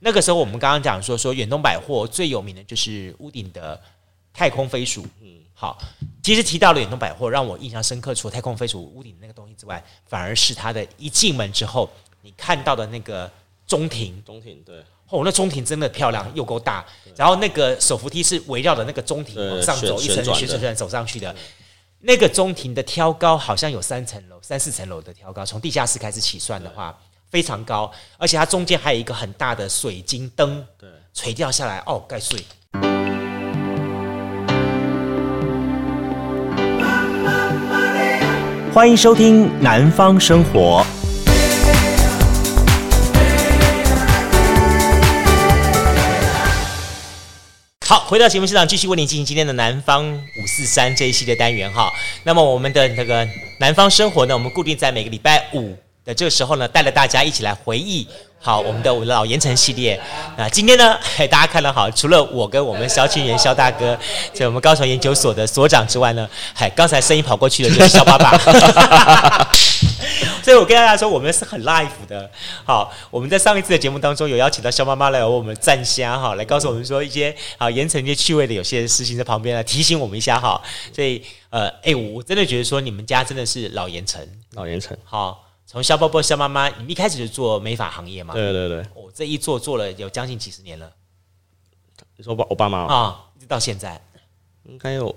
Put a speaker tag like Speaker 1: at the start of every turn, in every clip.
Speaker 1: 那个时候我们刚刚讲说，说远东百货最有名的就是屋顶的太空飞鼠。嗯，好，其实提到了远东百货，让我印象深刻，除了太空飞鼠屋顶的那个东西之外，反而是它的一进门之后，你看到的那个中庭，
Speaker 2: 中庭对
Speaker 1: 哦，那中庭真的漂亮又够大，然后那个手扶梯是围绕着那个中庭
Speaker 2: 对
Speaker 1: 往上走，
Speaker 2: 旋
Speaker 1: 一层
Speaker 2: 旋转的
Speaker 1: 旋转走上去的。那个中庭的挑高好像有三层楼、三四层楼的挑高，从地下室开始起算的话，非常高，而且它中间还有一个很大的水晶灯
Speaker 2: 对，
Speaker 1: 垂掉下来，哦，盖碎。
Speaker 3: 欢迎收听《南方生活》。
Speaker 1: 好，回到节目现场，继续为您进行今天的南方五四三这一系列单元哈。那么我们的那个南方生活呢，我们固定在每个礼拜五的这个时候呢，带着大家一起来回忆好我们的老盐城系列。那今天呢，嘿，大家看到好，除了我跟我们萧清源萧大哥，这我们高雄研究所的所长之外呢，嘿，刚才声音跑过去的就是萧爸爸。 所以我跟大家说，我们是很 live 的。好，我们在上一次的节目当中有邀请到肖妈妈来为我们站虾哈，来告诉我们说一些啊盐城一些趣味的有些事情在旁边来提醒我们一下哈。所以呃，哎、我真的觉得说你们家真的是老盐城
Speaker 2: 老盐城，
Speaker 1: 好。从肖伯伯、肖妈妈，你们一开始就做美发行业嘛？哦
Speaker 2: 对对对，
Speaker 1: 我、这一做做了有将近几十年了
Speaker 2: 你说我爸妈
Speaker 1: 啊、
Speaker 2: 哦
Speaker 1: 一直到现在
Speaker 2: 应该有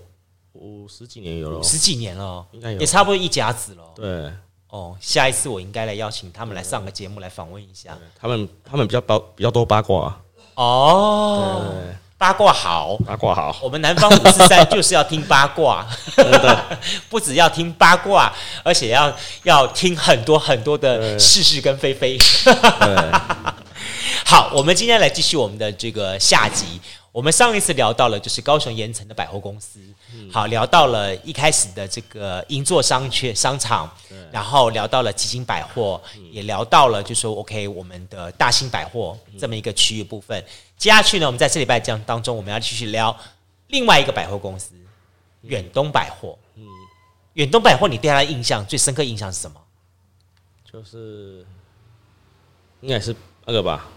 Speaker 2: 五十几年有了哦，
Speaker 1: 十几年了哦，
Speaker 2: 应该有
Speaker 1: 也差不多一甲子了哦。
Speaker 2: 对
Speaker 1: 哦，下一次我应该来邀请他们来上个节目来访问一下。
Speaker 2: 他们他们比较包比较多八卦啊，
Speaker 1: 哦，八卦好，
Speaker 2: 八卦好，
Speaker 1: 我们南方五四三就是要听八卦， 不只要听八卦，而且要要听很多很多的是是跟非非。 好，我们今天来继续我们的这个下集。我们上一次聊到了就是高雄盐城的百货公司，好聊到了一开始的这个银座商圈商场，然后聊到了基金百货，也聊到了就说 OK 我们的大兴百货这么一个区域部分。接下去呢，我们在这礼拜讲当中，我们要继续聊另外一个百货公司远东百货。嗯，远东百货，你对它的印象最深刻印象是什么？
Speaker 2: 就是应该是那个吧，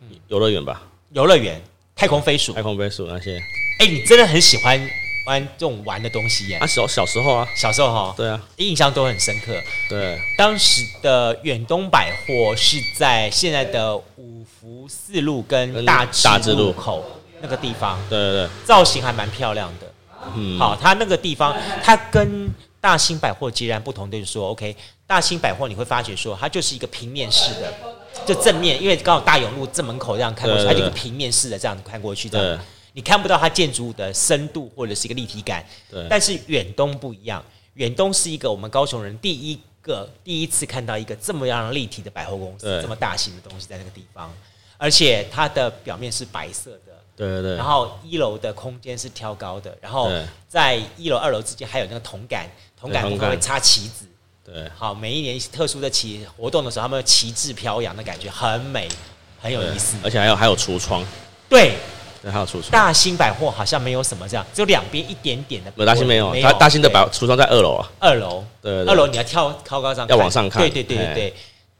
Speaker 1: 嗯
Speaker 2: 游乐园吧，
Speaker 1: 游乐园、太空飞鼠。
Speaker 2: 太空飞鼠那些
Speaker 1: 哎、你真的很喜欢玩这种玩的东西耶
Speaker 2: 啊，！小小时候啊，
Speaker 1: 小时候哈，
Speaker 2: 对啊，
Speaker 1: 印象都很深刻。
Speaker 2: 对
Speaker 1: 当时的远东百货是在现在的五福四路跟
Speaker 2: 跟
Speaker 1: 大智
Speaker 2: 大智
Speaker 1: 路
Speaker 2: 路
Speaker 1: 口那个地方，
Speaker 2: 对对对，
Speaker 1: 造型还蛮漂亮的。
Speaker 2: 嗯，
Speaker 1: 好，它那个地方，它跟大兴百货截然不同，就是说，OK，大兴百货你会发觉说，它就是一个平面式的，就正面，因为刚好大勇路正门口这样看过去，它
Speaker 2: 对对
Speaker 1: 就
Speaker 2: 对
Speaker 1: 一个平面式的这样看过去，这
Speaker 2: 对
Speaker 1: 样你看不到它建筑物的深度或者是一个立体感。
Speaker 2: 对
Speaker 1: 但是远东不一样，远东是一个我们高雄人第一个第一次看到一个这么样立体的百货公司，
Speaker 2: 对
Speaker 1: 这么大型的东西在那个地方，而且它的表面是白色的。
Speaker 2: 对对对
Speaker 1: 然，后一楼的空间是挑高的，然后
Speaker 2: 对
Speaker 1: 在一楼、二楼之间还有那个铜杆，铜杆
Speaker 2: 对
Speaker 1: 部
Speaker 2: 铜
Speaker 1: 分
Speaker 2: 杆
Speaker 1: 会插旗子。
Speaker 2: 对
Speaker 1: 好，每一年特殊的旗活动的时候，他们旗帜飘扬的感觉很美，很有
Speaker 2: 对
Speaker 1: 意思。
Speaker 2: 而且还有还有橱窗，
Speaker 1: 对，
Speaker 2: 对，还有橱窗，
Speaker 1: 大兴百货好像没有什么这样，只有两边一点点的。
Speaker 2: 没有大兴没有，啊大大兴的百橱窗在二楼啊，
Speaker 1: 对二楼，
Speaker 2: 对对对
Speaker 1: 二楼你要跳高高上，
Speaker 2: 要往上看哎
Speaker 1: 对对对对对。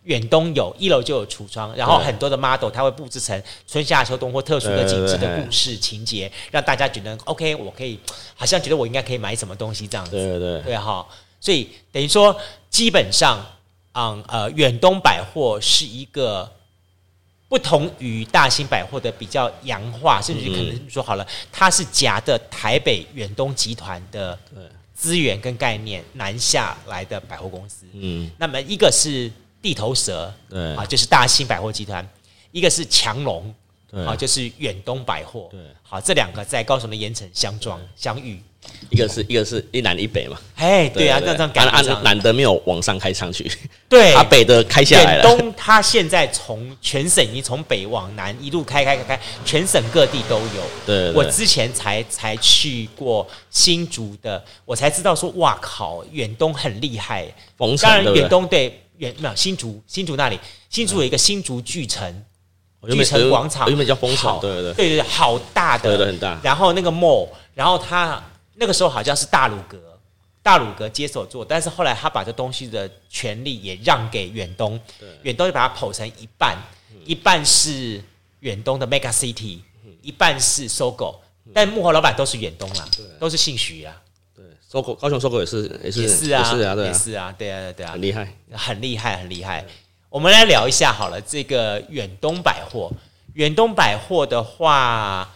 Speaker 1: 远东有一楼就有橱窗，然后
Speaker 2: 对
Speaker 1: 很多的 model 它会布置成春夏秋冬或特殊的景致
Speaker 2: 对对
Speaker 1: 的
Speaker 2: 对
Speaker 1: 故事情节，让大家觉得 OK，我可以好像觉得我应该可以买什么东西这样子。
Speaker 2: 对对对，
Speaker 1: 对哈，所以等于说，基本上，嗯呃，远东百货是一个不同于大兴百货的比较洋化，甚至
Speaker 2: 嗯
Speaker 1: 可能说好了，它是夹的台北远东集团的
Speaker 2: 对
Speaker 1: 资源跟概念南下来的百货公司。
Speaker 2: 嗯，
Speaker 1: 那么一个是地头蛇，
Speaker 2: 对
Speaker 1: 啊，就是大兴百货集团；一个是强龙，
Speaker 2: 对
Speaker 1: 啊，就是远东百货。
Speaker 2: 对
Speaker 1: 好，这两个在高雄的盐城相撞相遇。
Speaker 2: 一个是一个是一南一北嘛，
Speaker 1: 哎，对啊，那这样感觉
Speaker 2: 啊
Speaker 1: 上
Speaker 2: 啊男的没有往上开上去，
Speaker 1: 对，
Speaker 2: 啊北的开下
Speaker 1: 远
Speaker 2: 来了，
Speaker 1: 东它现在从全省已经从北往南一路开开开开，全省各地都有。
Speaker 2: 对对对
Speaker 1: 我之前才才去过新竹的，我才知道说，哇靠，远东很厉害。
Speaker 2: 冯
Speaker 1: 当
Speaker 2: 城
Speaker 1: 然，
Speaker 2: 对
Speaker 1: 远
Speaker 2: 不对？
Speaker 1: 东对远没有新竹，新竹那里，新竹有一个新竹巨城。
Speaker 2: 我哦原
Speaker 1: 巨
Speaker 2: 本
Speaker 1: 城广场，
Speaker 2: 我原本叫丰
Speaker 1: 好
Speaker 2: 城，对对对，
Speaker 1: 对对，好大的，
Speaker 2: 对对很大
Speaker 1: 然后那个 mall，然后他那个时候好像是大鲁阁，大鲁阁接手做，但是后来他把这东西的
Speaker 2: 嗯
Speaker 1: 权利也让给远东，远东就把它剖成一半，一半是远东的 Mega City，一半是搜狗，
Speaker 2: 嗯
Speaker 1: 但幕后老板都是远东啦，都是姓徐啊，
Speaker 2: 对，搜狗高雄搜狗也是也是
Speaker 1: 也是啊，
Speaker 2: 也是啊，对
Speaker 1: 也
Speaker 2: 啊，
Speaker 1: 是啊，对啊，对啊
Speaker 2: 很，厉害。
Speaker 1: 很厉害，很厉害。我们来聊一下好了，这个远东百货，远东百货的话，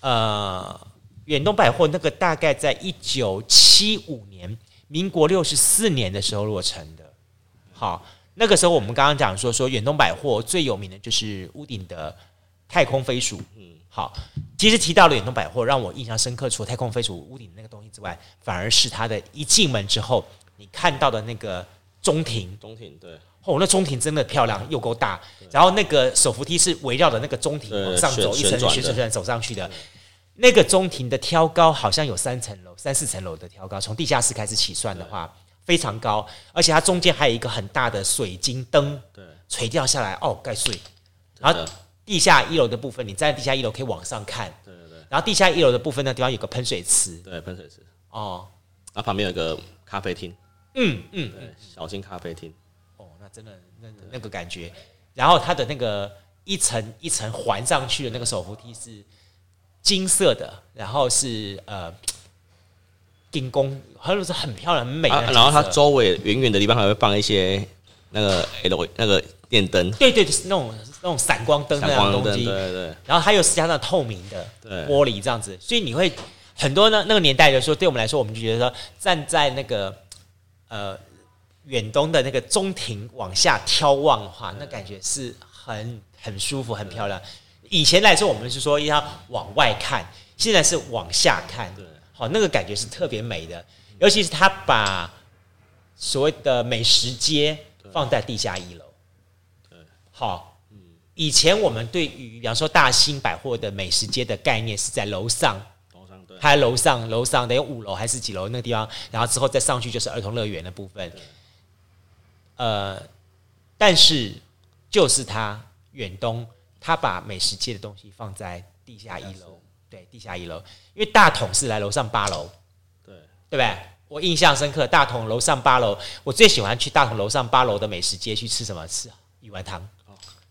Speaker 1: 呃，远东百货那个大概在一九七五年，民国六十四年的时候落成的。好，那个时候我们刚刚讲说，说远东百货最有名的就是屋顶的太空飞鼠。嗯，好，其实提到了远东百货，让我印象深刻，除了太空飞鼠屋顶的那个东西之外，反而是它的一进门之后，你看到的那个中庭，
Speaker 2: 中庭对
Speaker 1: 哦，那中庭真的漂亮，又够大。然后那个手扶梯是围绕着那个中庭
Speaker 2: 对
Speaker 1: 往上走，一
Speaker 2: 旋
Speaker 1: 层旋
Speaker 2: 旋转的
Speaker 1: 转旋走上去的。那个中庭的挑高好像有三层楼、三四层楼的挑高，从地下室开始起算的话，非常高。而且它中间还有一个很大的水晶灯
Speaker 2: 对，
Speaker 1: 垂掉下来，哦，盖碎。然
Speaker 2: 真
Speaker 1: 后
Speaker 2: 的
Speaker 1: 地下一楼的部分，你站在地下一楼可以往上看。
Speaker 2: 对对对
Speaker 1: 然后地下一楼的部分那地方有个喷水池
Speaker 2: 对喷水池，
Speaker 1: 哦，
Speaker 2: 然后旁边有一个咖啡厅，
Speaker 1: 嗯嗯，
Speaker 2: 对，小型咖啡厅，
Speaker 1: 哦，那真的那那个感觉，然后它的那个一层一层环上去的那个手扶梯是金色的，然后是呃金工，还有是很漂亮很美的
Speaker 2: 啊
Speaker 1: 那，种
Speaker 2: 然后它
Speaker 1: 色
Speaker 2: 周围远远的地方还会放一些那个 L 那个电灯、
Speaker 1: 对对就是那种那种闪光灯那
Speaker 2: 闪
Speaker 1: 样
Speaker 2: 光
Speaker 1: 的
Speaker 2: 灯，
Speaker 1: 东
Speaker 2: 对
Speaker 1: 西，
Speaker 2: 对对
Speaker 1: 然后它又是加上透明的
Speaker 2: 对
Speaker 1: 玻璃这样子，所以你会很多呢那个年代的时候，对我们来说，我们就觉得说站在那个呃远东的那个中庭往下眺望的话，那感觉是很很舒服、很漂亮。以前来说，我们是说要往外看，现在是往下看，
Speaker 2: 对，
Speaker 1: 好，那个感觉是特别美的，尤其是他把所谓的美食街放在地下一楼，
Speaker 2: 对，
Speaker 1: 好。以前我们对于，比方说大兴百货的美食街的概念是在楼上，
Speaker 2: 楼上对，
Speaker 1: 它在楼上，楼上等于五楼还是几楼那个地方，然后之后再上去就是儿童乐园的部分。呃，但是就是它远东，它把美食街的东西放在地下一楼，对，地下一楼，因为大统是来楼上八楼，
Speaker 2: 对
Speaker 1: 对不对？我印象深刻，大同楼上八楼，我最喜欢去大同楼上八楼的美食街去吃什么？吃鱼丸汤、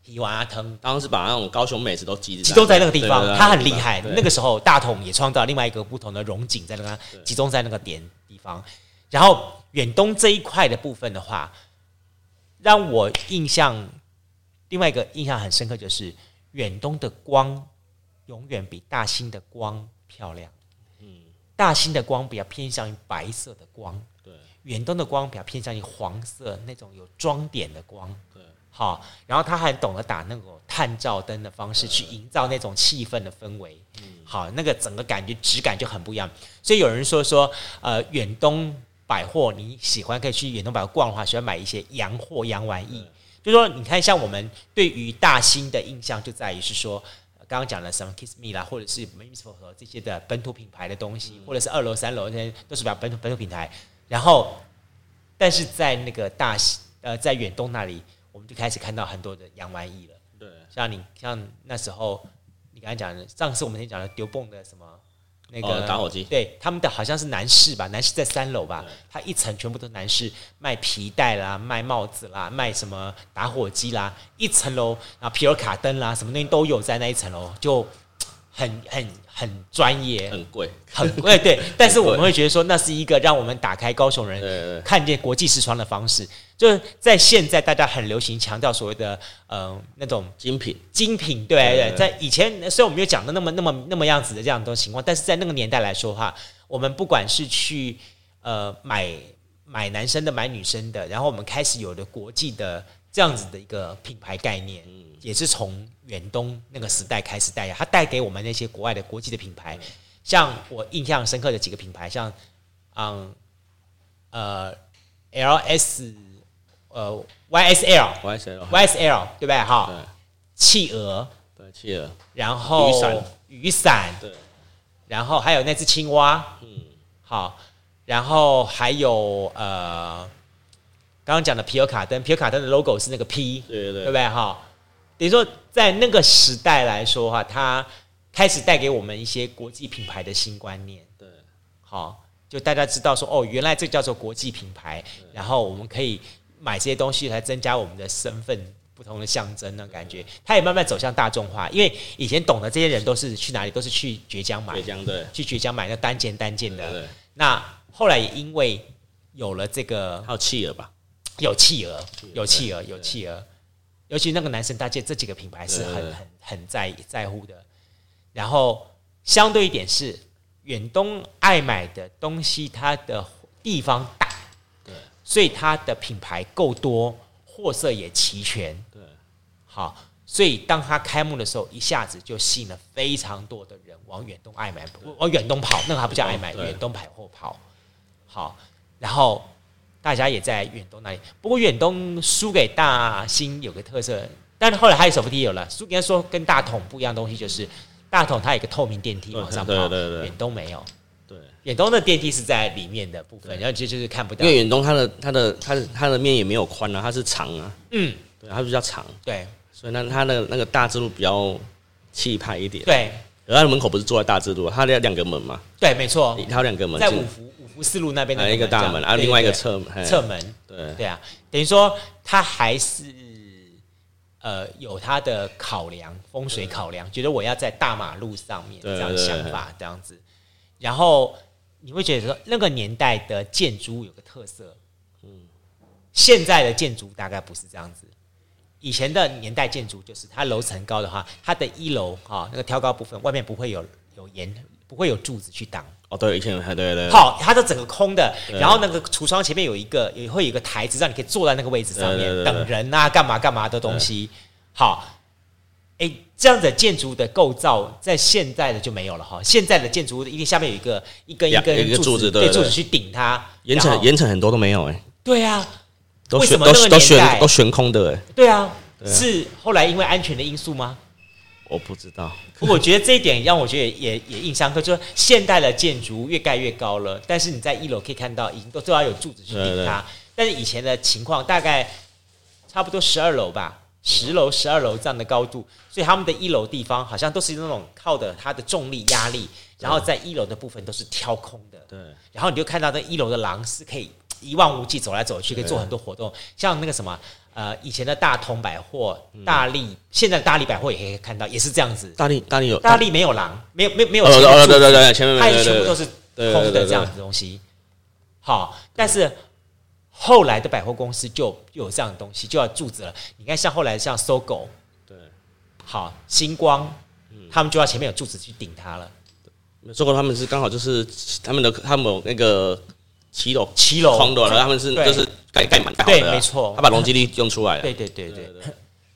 Speaker 1: 鱼丸啊汤，
Speaker 2: 当时把那种高雄美食都集
Speaker 1: 集
Speaker 2: 集
Speaker 1: 中在那个地方，它很厉害。那
Speaker 2: 个
Speaker 1: 个时候，大同也创造另外一个不同的荣景，在那个集中在那个点地方。然后远东这一块的部分的话，让我印象另外一个印象很深刻，就是远东的光永远比大兴的光漂亮。大兴的光比较偏向于白色的光，
Speaker 2: 对
Speaker 1: 远东的光比较偏向于黄色那种有装点的光。
Speaker 2: 对
Speaker 1: 好，然后他还懂得打那种探照灯的方式去营造那种气氛的氛围。好，那个整个感觉质感就很不一样。所以有人说说，呃，远东百货你喜欢可以去远东百货逛的话，喜欢买一些洋货洋玩意。就说你看，像我们对于大兴的印象就在于是说。呃刚刚讲的什么 Kiss Me 啦，或者是 m i m s f o 这些的本土品牌的东西，或者是二楼、三楼那些都是比较本土本土品牌。然后但是在那个大西呃，在远东那里，我们就开始看到很多的洋玩意了。
Speaker 2: 对对
Speaker 1: 像你像那时候，你刚才讲的，上次我们先讲的丢泵的什么那个、
Speaker 2: 哦打火机
Speaker 1: 对他们的好像是男士吧，男士在三楼吧，他一层全部都是男士，卖皮带啦，卖帽子啦，卖什么打火机啦，一层楼啊皮尔卡灯啦，什么东西都有在那一层楼，就很很很专业，
Speaker 2: 很贵，
Speaker 1: 很 贵对，但是
Speaker 2: 很贵
Speaker 1: 我们会觉得说那是一个让我们打开高雄人
Speaker 2: 对对
Speaker 1: 看见国际视窗的方式，就是在现在大家很流行强调所谓的呃那种
Speaker 2: 精品
Speaker 1: 精品，对对
Speaker 2: 对
Speaker 1: 对，在以前虽然我们没有讲的那么那么那么样子的这样的情况，但是在那个年代来说的话，我们不管是去呃买买男生的买女生的，然后我们开始有了国际的这样子的一个品牌概念，也是从远东那个时代开始带来，它带给我们那些国外的国际的品牌，像我印象深刻的几个品牌，像嗯呃 L S 呃 Y S L
Speaker 2: YSL
Speaker 1: Y S L 对不对？哈，
Speaker 2: 对
Speaker 1: 企鹅，
Speaker 2: 对企鹅
Speaker 1: 然后
Speaker 2: 雨伞，
Speaker 1: 雨伞，
Speaker 2: 对
Speaker 1: 然后还有那只青蛙，
Speaker 2: 嗯
Speaker 1: 好，然后还有呃，刚刚讲的皮尔卡登，皮尔卡登的 logo 是那个 P，
Speaker 2: 对对
Speaker 1: 对不对哈？等于说在那个时代来说的话，它开始带给我们一些国际品牌的新观念，
Speaker 2: 对
Speaker 1: 好，就大家知道说哦，原来这叫做国际品牌，然后我们可以买这些东西来增加我们的身份不同的象征的感觉，它也慢慢走向大众化。因为以前懂的这些人都是去哪里，都是去绝江买
Speaker 2: 对，，这样对，
Speaker 1: 去绝江买那单件单件
Speaker 2: 对
Speaker 1: 的
Speaker 2: 对。
Speaker 1: 那后来也因为有了这个
Speaker 2: 还有企鹅吧，
Speaker 1: 有企鹅，有企鹅，有企鹅，尤其那个男生搭建这几个品牌是
Speaker 2: 对
Speaker 1: 很
Speaker 2: 对
Speaker 1: 很很在在乎的。然后相对一点是，远东爱买的东西，它的地方大，所以它的品牌够多，货色也齐全，
Speaker 2: 对，
Speaker 1: 好。所以，当它开幕的时候，一下子就吸引了非常多的人往远东爱买，往远东跑，那个还不叫爱买，
Speaker 2: 对
Speaker 1: 远东百货跑。好，然后大家也在远东那里。不过远东输给大兴有个特色，但是后来还有手扶梯有了。输给他说跟大统不一样的东西就是，大统它有个透明电梯
Speaker 2: 对
Speaker 1: 往上跑，
Speaker 2: 对对对对
Speaker 1: 远东没有。
Speaker 2: 对，
Speaker 1: 远东的电梯是在里面的部分，然后就就是看不到
Speaker 2: 因。为远东它的它的它的它的面也没有宽啊，它是长啊，
Speaker 1: 嗯，
Speaker 2: 对，它比较长，
Speaker 1: 对
Speaker 2: 所以那它的那个大智路比较气派一点。
Speaker 1: 对
Speaker 2: 然后它门口不是坐在大智路，它有两个门嘛，
Speaker 1: 对，没错，
Speaker 2: 它有两个门
Speaker 1: 在
Speaker 2: 进
Speaker 1: 五福五福四路那边的
Speaker 2: 呃一个大门，然后另外一个侧门，嘿
Speaker 1: 侧门，
Speaker 2: 对
Speaker 1: 对啊，等于说他还是呃有他的考量，风水考量，觉得我要在大马路上面
Speaker 2: 对
Speaker 1: 这样的
Speaker 2: 对
Speaker 1: 想法这样子，然后你会觉得说那个年代的建筑物有个特色，嗯，现在的建筑大概不是这样子。以前的年代建筑就是它楼层高的话，它的一楼哈、那个挑高部分外面不会有有檐，不会有柱子去挡，
Speaker 2: 哦对，以前对对对，
Speaker 1: 好，它的整个空的，
Speaker 2: 对
Speaker 1: 然后那个橱窗前面有一个也会有一个台子，让你可以坐在那个位置上面
Speaker 2: 对对对对
Speaker 1: 等人啊，干嘛干嘛的东西。好，哎、这样的建筑的构造在现在的就没有了哈。现在的建筑物一定下面有一个一根
Speaker 2: 呀
Speaker 1: 根
Speaker 2: 有一个
Speaker 1: 柱
Speaker 2: 柱子对
Speaker 1: 对
Speaker 2: 对
Speaker 1: 柱子去顶它。
Speaker 2: 盐
Speaker 1: 然
Speaker 2: 城
Speaker 1: 后
Speaker 2: 盐城很多都没有哎，
Speaker 1: 对啊，
Speaker 2: 都
Speaker 1: 为什
Speaker 2: 悬
Speaker 1: 么
Speaker 2: 都
Speaker 1: 那个
Speaker 2: 都
Speaker 1: 年代
Speaker 2: 悬都悬空的哎，
Speaker 1: 对啊，
Speaker 2: 对啊
Speaker 1: 是后来因为安全的因素吗？
Speaker 2: 我不知道，
Speaker 1: 不过我觉得这一点让我觉得也也印象深刻，就是说现代的建筑越盖越高了，但是你在一楼可以看到，已经都都要有柱子去
Speaker 2: 对
Speaker 1: 顶
Speaker 2: 对
Speaker 1: 它。但是以前的情况大概差不多十二楼吧，十楼、十二楼这样的高度，所以他们的一楼地方好像都是那种靠的它的重力压力，然后在一楼的部分都是挑空的。
Speaker 2: 对
Speaker 1: 然后你就看到那一楼的廊是可以一望无际走来走去，可以做很多活动，像那个什么呃以前的大同百货、
Speaker 2: 嗯
Speaker 1: 大力，现在的大力百货也可以看到，也是这样子。
Speaker 2: 大力大力有
Speaker 1: 大力没有廊，没有没有没有
Speaker 2: 哦
Speaker 1: 前面
Speaker 2: 哦
Speaker 1: 柱
Speaker 2: 对对
Speaker 1: 子
Speaker 2: 对，前面
Speaker 1: 它
Speaker 2: 对
Speaker 1: 也全部
Speaker 2: 对
Speaker 1: 都
Speaker 2: 对
Speaker 1: 是
Speaker 2: 对对
Speaker 1: 空
Speaker 2: 对
Speaker 1: 的
Speaker 2: 对
Speaker 1: 这样子的东西。好，但是后来的百货公司就就有这样的东西，就要柱子了。你看，像后来像搜狗，
Speaker 2: 对，
Speaker 1: 好星光，
Speaker 2: 嗯
Speaker 1: 他们就要前面有柱子去顶它了。
Speaker 2: 说过他们是刚好就是他们的他们有那个骑楼
Speaker 1: 骑楼
Speaker 2: 空的，然后啊他们是
Speaker 1: 对
Speaker 2: 就是盖盖满盖好
Speaker 1: 对
Speaker 2: 的啊，
Speaker 1: 没错
Speaker 2: 他把容积率用出来了，
Speaker 1: 对对对对，
Speaker 2: 对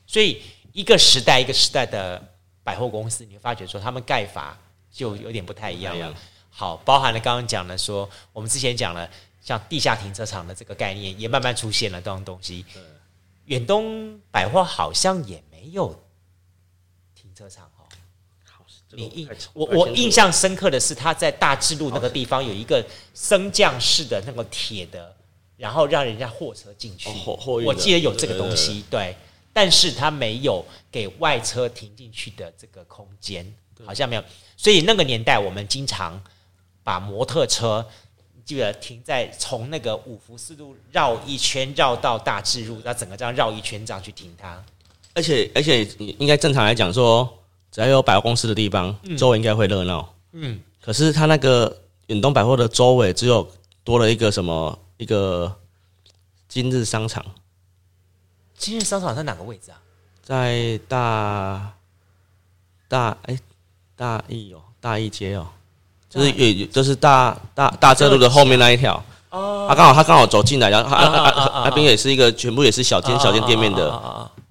Speaker 1: 所以一个时代一个时代的百货公司，你会发觉说他们盖法就有点不太一样
Speaker 2: 不太一
Speaker 1: 了
Speaker 2: 样。
Speaker 1: 好，包含了刚刚讲的说，我们之前讲了像地下停车场的这个概念也慢慢出现了这种东西。远东百货好像也没有停车场哦。你印我我印象深刻的是，他在大智路那个地方有一个升降式的那个铁的，然后让人家货车进去
Speaker 2: 哦货货。运的
Speaker 1: 我记得有这个东西，对，但是他没有给外车停进去的这个空间，好像没有。所以那个年代，我们经常把摩托车。记得停在从那个五福四路绕一圈，绕到大智路，然后整个这样绕一圈这样去停它。
Speaker 2: 而且而且你应该正常来讲说，只要有百货公司的地方，周围应该会热闹。
Speaker 1: 嗯
Speaker 2: 嗯，可是他那个远东百货的周围只有多了一个什么一个今日商场，
Speaker 1: 今日商场在哪个位置啊？
Speaker 2: 在大大哎、大义哦大义街哦，就是也就是大大大正路的后面那一条。哦，他刚好他刚好走进来，然后他
Speaker 1: 啊啊啊
Speaker 2: 啊
Speaker 1: 啊啊
Speaker 2: 啊那边也是一个全部也是小间小间店面
Speaker 1: 啊
Speaker 2: 的，
Speaker 1: 啊啊啊哎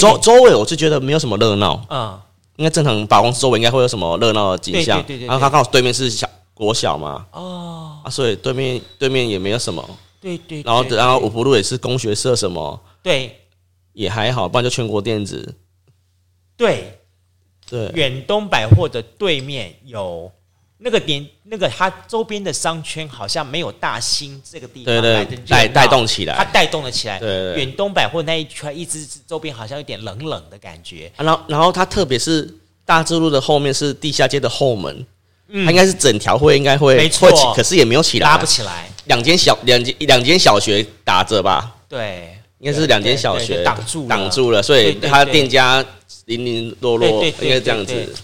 Speaker 2: 周周围我是觉得没有什么热闹。
Speaker 1: 啊啊嗯。
Speaker 2: 应该正常百货公司周围应该会有什么热闹的景
Speaker 1: 对
Speaker 2: 象，
Speaker 1: 对对对对
Speaker 2: 然后他刚好对面是小国小嘛，
Speaker 1: 哦，
Speaker 2: 啊，所以对面对面也没有什么，
Speaker 1: 对对
Speaker 2: 然后
Speaker 1: 对
Speaker 2: 然后五福路也是工学社什么
Speaker 1: 对
Speaker 2: 也还好，不然就全国电子，
Speaker 1: 对，
Speaker 2: 对
Speaker 1: 远东百货的对面有那个点，那个它周边的商圈好像没有大兴这个地方
Speaker 2: 对
Speaker 1: 来
Speaker 2: 对
Speaker 1: 的热，
Speaker 2: 带
Speaker 1: 闹
Speaker 2: 带动起
Speaker 1: 它
Speaker 2: 来，
Speaker 1: 带动了起来。
Speaker 2: 对对对
Speaker 1: 远东百货那一圈一直周边好像有点冷冷的感觉。
Speaker 2: 啊然后然后它特别是大智路的后面是地下街的后门，它应该是整条会应该会
Speaker 1: 嗯没错
Speaker 2: 会起可是也没有起来，啊
Speaker 1: 拉不起来，
Speaker 2: 两间小两间两间小学打着吧，
Speaker 1: 对，
Speaker 2: 应应该是两间小学
Speaker 1: 对对对挡住了
Speaker 2: 挡住了，所
Speaker 1: 对
Speaker 2: 以
Speaker 1: 对对
Speaker 2: 它店家零零落落，
Speaker 1: 对对
Speaker 2: 应
Speaker 1: 对
Speaker 2: 该这样
Speaker 1: 对对
Speaker 2: 子。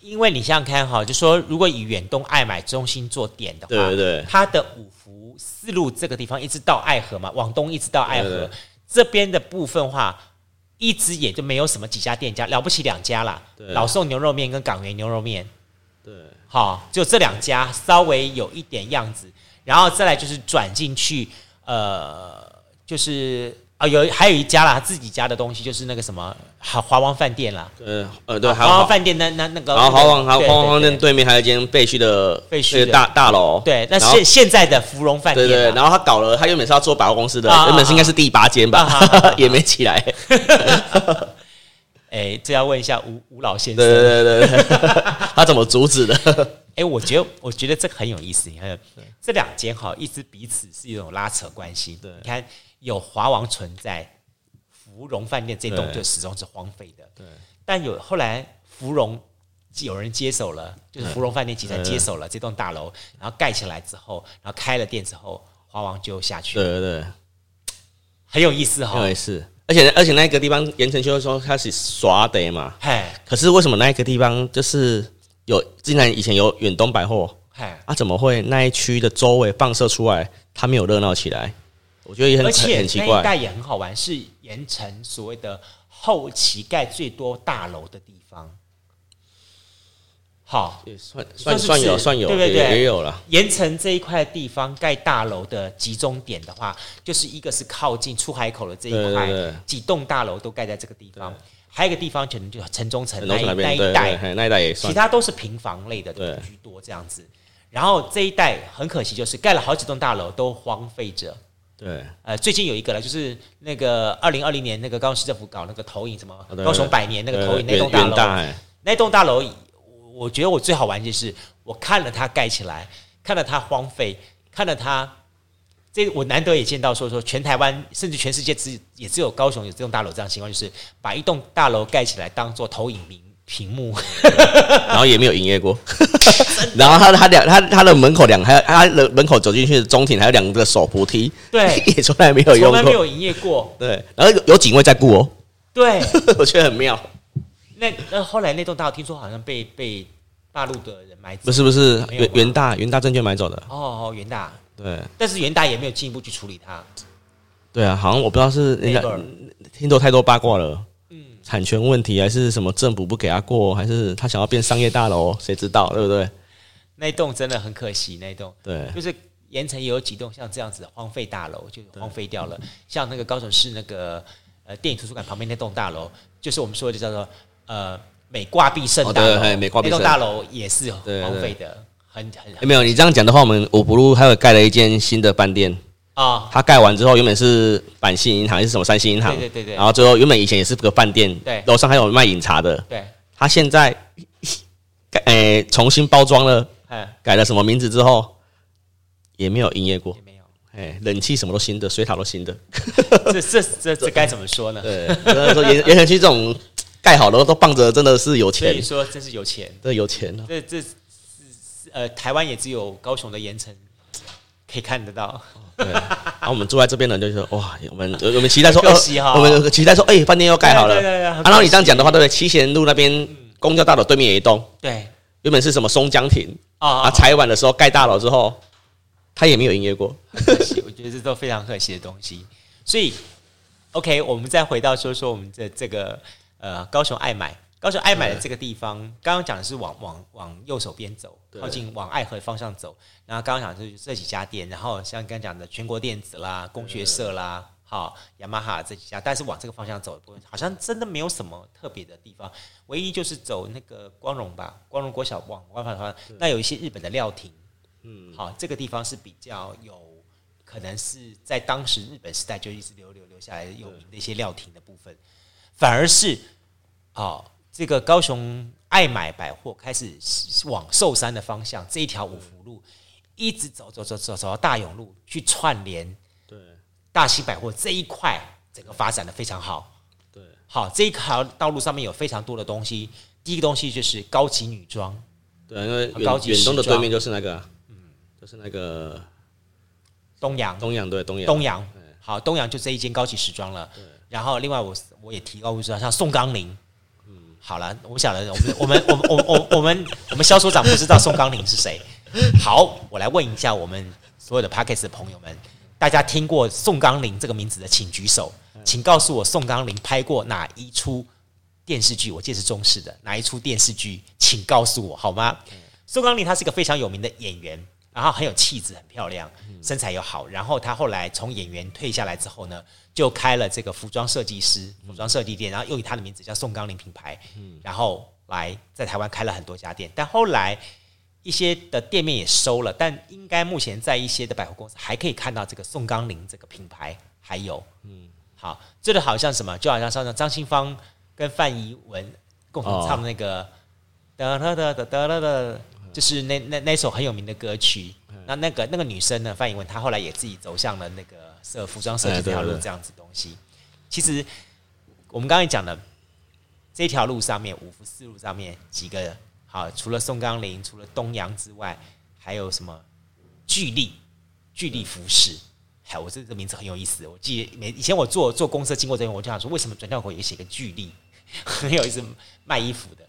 Speaker 1: 因为你想想看哈，就说如果以远东爱买中心做点的话，
Speaker 2: 对对对
Speaker 1: 它的五福四路这个地方一直到爱河嘛，往东一直到爱河
Speaker 2: 对对对
Speaker 1: 这边的部分话，一直也就没有什么几家店家，了不起两家啦，
Speaker 2: 对
Speaker 1: 老宋牛肉面跟港源牛肉面，
Speaker 2: 对，
Speaker 1: 好，就这两家稍微有一点样子，然后再来就是转进去，呃，就是啊、有还有一家啦，他自己家的东西就是那个什么华华王饭店啦，
Speaker 2: 呃呃对，还有
Speaker 1: 华王
Speaker 2: 好，
Speaker 1: 饭店那那那个，
Speaker 2: 然后华王还有
Speaker 1: 对
Speaker 2: 华王
Speaker 1: 对
Speaker 2: 店对面还有一间废墟的
Speaker 1: 废墟
Speaker 2: 那个
Speaker 1: 的
Speaker 2: 大大楼，
Speaker 1: 对，那
Speaker 2: 哦然后
Speaker 1: 现现在的芙蓉饭
Speaker 2: 对
Speaker 1: 店啊
Speaker 2: 对，
Speaker 1: 啦，
Speaker 2: 然后他搞了，他原本是要做百货公司的
Speaker 1: 啊啊啊，
Speaker 2: 原本是应该是第八间
Speaker 1: 啊啊啊啊
Speaker 2: 吧， 也没起来。
Speaker 1: 哎，这要问一下吴吴老先
Speaker 2: 对
Speaker 1: 生，
Speaker 2: 对对对对，他怎么阻止的？
Speaker 1: 哎，我觉得我觉得这个很有意思，你看这两间哈，一直彼此是一种拉扯关系，
Speaker 2: 对
Speaker 1: 你看有华王存在，芙蓉饭店这栋
Speaker 2: 对
Speaker 1: 就始终是荒废的，
Speaker 2: 对，
Speaker 1: 但有后来芙蓉有人接手了，就是芙蓉饭店集团
Speaker 2: 嗯
Speaker 1: 接手了这栋大楼，然后盖起来之后，然后开了店之后，华王就下去
Speaker 2: 对
Speaker 1: 了，
Speaker 2: 对对，
Speaker 1: 很有意思哈
Speaker 2: 因，为是，而且而且那个地方盐城修说开始耍得嘛，
Speaker 1: 嘿，
Speaker 2: 可是为什么那个地方就是有，竟然以前有远东百货
Speaker 1: 嘿。
Speaker 2: 啊？怎么会那一区的周围放射出来，它没有热闹起来？我觉得也很
Speaker 1: 而且
Speaker 2: 很奇
Speaker 1: 那一
Speaker 2: 怪。
Speaker 1: 带也很好玩，是盐城所谓的后期盖最多大楼的地方。好，
Speaker 2: 也算
Speaker 1: 算
Speaker 2: 算
Speaker 1: 是
Speaker 2: 算
Speaker 1: 不
Speaker 2: 有
Speaker 1: 是
Speaker 2: 算有
Speaker 1: 对对
Speaker 2: 也
Speaker 1: 对
Speaker 2: 也有了，
Speaker 1: 盐城这一块地方盖大楼的集中点的话，就是一个是靠近出海口的这一块
Speaker 2: 对对对，
Speaker 1: 几栋大楼都盖在这个地方，还有一个地方可能就城中城
Speaker 2: 很多
Speaker 1: 那一
Speaker 2: 是那
Speaker 1: 那
Speaker 2: 边
Speaker 1: 一
Speaker 2: 对对
Speaker 1: 带，
Speaker 2: 对，那一带也
Speaker 1: 其
Speaker 2: 算。
Speaker 1: 他都是平房类的
Speaker 2: 对
Speaker 1: 居多这样子。然后这一带很可惜，就是盖了好几栋大楼都荒废着。
Speaker 2: 对
Speaker 1: 呃，最近有一个了，就是那个二零二零年那个高雄市政府搞那个投影什么
Speaker 2: 对啊对
Speaker 1: 高雄百年那个投影
Speaker 2: 对
Speaker 1: 那
Speaker 2: 远
Speaker 1: 栋大
Speaker 2: 远大
Speaker 1: 楼，
Speaker 2: 哎，
Speaker 1: 那栋大楼，我我觉得我最好玩就是我看了它盖起来，看了它荒废，看了它。这我难得也见到说说全台湾甚至全世界只也只有高雄有这栋大楼这样的情况，就是把一栋大楼盖起来当做投影屏屏 幕，
Speaker 2: 然后也没有营业过。 然后他他两他他的门口两还有他的门口走进去的中庭还有两个手扶梯，
Speaker 1: 对
Speaker 2: 也从来没有
Speaker 1: 从
Speaker 2: 用
Speaker 1: 来没
Speaker 2: 过。
Speaker 1: 有营业过。
Speaker 2: 对，然后有有警卫在顾哦，
Speaker 1: 对，
Speaker 2: 我觉得很妙。
Speaker 1: 那那后来那栋大楼听说好像被被大陆的人买走，
Speaker 2: 不是不是
Speaker 1: 没有
Speaker 2: 元
Speaker 1: 吧
Speaker 2: 元大元大证券买走的，
Speaker 1: 哦，元大，
Speaker 2: 对
Speaker 1: 但是元大也没有进一步去处理它。
Speaker 2: 对啊，好像我不知道是人家
Speaker 1: Neighbor
Speaker 2: 听到太多八卦了，
Speaker 1: 嗯
Speaker 2: 产权问题还是什么政府不给他过，还是他想要变商业大楼，谁知道对不对？
Speaker 1: 那一栋真的很可惜，那一栋
Speaker 2: 对
Speaker 1: 就是盐城也有几栋像这样子的荒废大楼，就荒废掉了。像那个高雄市那个呃电影图书馆旁边那栋大楼，就是我们说的叫做呃美挂壁盛大
Speaker 2: 哦
Speaker 1: 楼，
Speaker 2: 对嘿美挂
Speaker 1: 那
Speaker 2: 壁
Speaker 1: 栋
Speaker 2: 盛
Speaker 1: 大楼也是荒
Speaker 2: 对对
Speaker 1: 废的，很很
Speaker 2: 哎诶没有你这样讲的话，我们五福路还有盖了一间新的饭店，
Speaker 1: 啊，
Speaker 2: 他盖完之后，原本是板信银行还是什么三星银行，
Speaker 1: 对对对对
Speaker 2: 然后最后原本以前也是个饭店，
Speaker 1: 对
Speaker 2: 楼上还有卖饮茶的，
Speaker 1: 对，
Speaker 2: 他现在 改诶、重新包装了，
Speaker 1: 嗯，
Speaker 2: 改了什么名字之后，也没有营业过
Speaker 1: 也，没有，
Speaker 2: 哎、冷气什么都新的，水塔都新的，
Speaker 1: 这这这这该怎么说呢？
Speaker 2: 对，真的说盐盐城区这种盖好了都棒着，真的是有
Speaker 1: 所
Speaker 2: 钱
Speaker 1: 以，说真是有钱，
Speaker 2: 真的有钱啊了、
Speaker 1: 这这是呃台湾也只有高雄的盐城可以看得到。
Speaker 2: 对，然后我们住在这边的人就说哇，我们我们期待说，
Speaker 1: 很可惜哈
Speaker 2: 呃我们有期待说，哎、饭店要盖好了。
Speaker 1: 对对对对很
Speaker 2: 啊
Speaker 1: 可
Speaker 2: 然后你这样
Speaker 1: 惜嗯
Speaker 2: 讲的话，对不对？七贤路那边公交大楼对面有一栋，
Speaker 1: 对
Speaker 2: 原本是什么松江亭
Speaker 1: 啊
Speaker 2: 啊，拆完的时候盖大楼之后，他也没有营业过。
Speaker 1: 可惜， 我觉得这都非常可惜的东西。所以，OK，我们再回到说说我们这这个呃高雄爱买，高雄爱买的这个地方，刚刚讲的是往往往右手边走，
Speaker 2: 对
Speaker 1: 靠近往爱河方向走。然后刚刚讲的就是这几家店，然后像刚刚讲的全国电子啦、工学社啦。好，雅马哈这几家，但是往这个方向走，好像真的没有什么特别的地方，唯一就是走那个光荣吧，光荣国小往往反方向，那有一些日本的料亭，嗯，好，这个地方是比较有可能是在当时日本时代就一直留留留下来有名的一些料亭的部分，反而是哦，这个高雄爱买百货开始往寿山的方向这一条五福路，一直走走走走走到大勇路去串联
Speaker 2: 对
Speaker 1: 大型百货这一块，整个发展的非常好。
Speaker 2: 对
Speaker 1: 好，这一条道路上面有非常多的东西。第一个东西就是高级女装，
Speaker 2: 对，因为
Speaker 1: 高
Speaker 2: 远
Speaker 1: 级时
Speaker 2: 远东的
Speaker 1: 装
Speaker 2: 对面就是那个啊，就是那个
Speaker 1: 东阳
Speaker 2: 东阳对东阳
Speaker 1: 东阳。好，东阳就这一间高级时装了。然后另外我我也提高不知道，像宋刚龄。好了，我不晓得我们我们我们我我我们我们肖所长不知道宋刚龄是谁。好，我来问一下我们所有的 p a c k e t s 的朋友们，大家听过宋刚龄这个名字的，请举手，请告诉我宋刚龄拍过哪一出电视剧？我记得是中视的哪一出电视剧，请告诉我好吗？宋刚龄她是一个非常有名的演员，然后很有气质，很漂亮，身材又好。然后她后来从演员退下来之后呢，就开了这个服装设计师服装设计店，然后又以她的名字叫宋刚龄品牌，然后来在台湾开了很多家店。但后来一些的店面也收了，但应该目前在一些的百货公司还可以看到这个宋刚龄这个品牌，还有嗯，好，这个好像什么，就好像上次张清芳跟范怡文共同唱的那个哒哒哒哒哒哒哒，就是那那那首很有名的歌曲。那那个那个女生呢，范怡文，她后来也自己走向了那个设服装设计
Speaker 2: 哎
Speaker 1: 这条
Speaker 2: 对
Speaker 1: 路
Speaker 2: 对
Speaker 1: 这样子东西。其实我们刚才讲的这条路上面，五福四路上面几个好，除了宋刚龄，除了东阳之外，还有什么巨力巨力服饰？哎，我这这名字很有意思。我记得每以前我坐坐公车经过这边，我就想说，为什么转角口也写个巨力？ 很有意思，卖衣服的。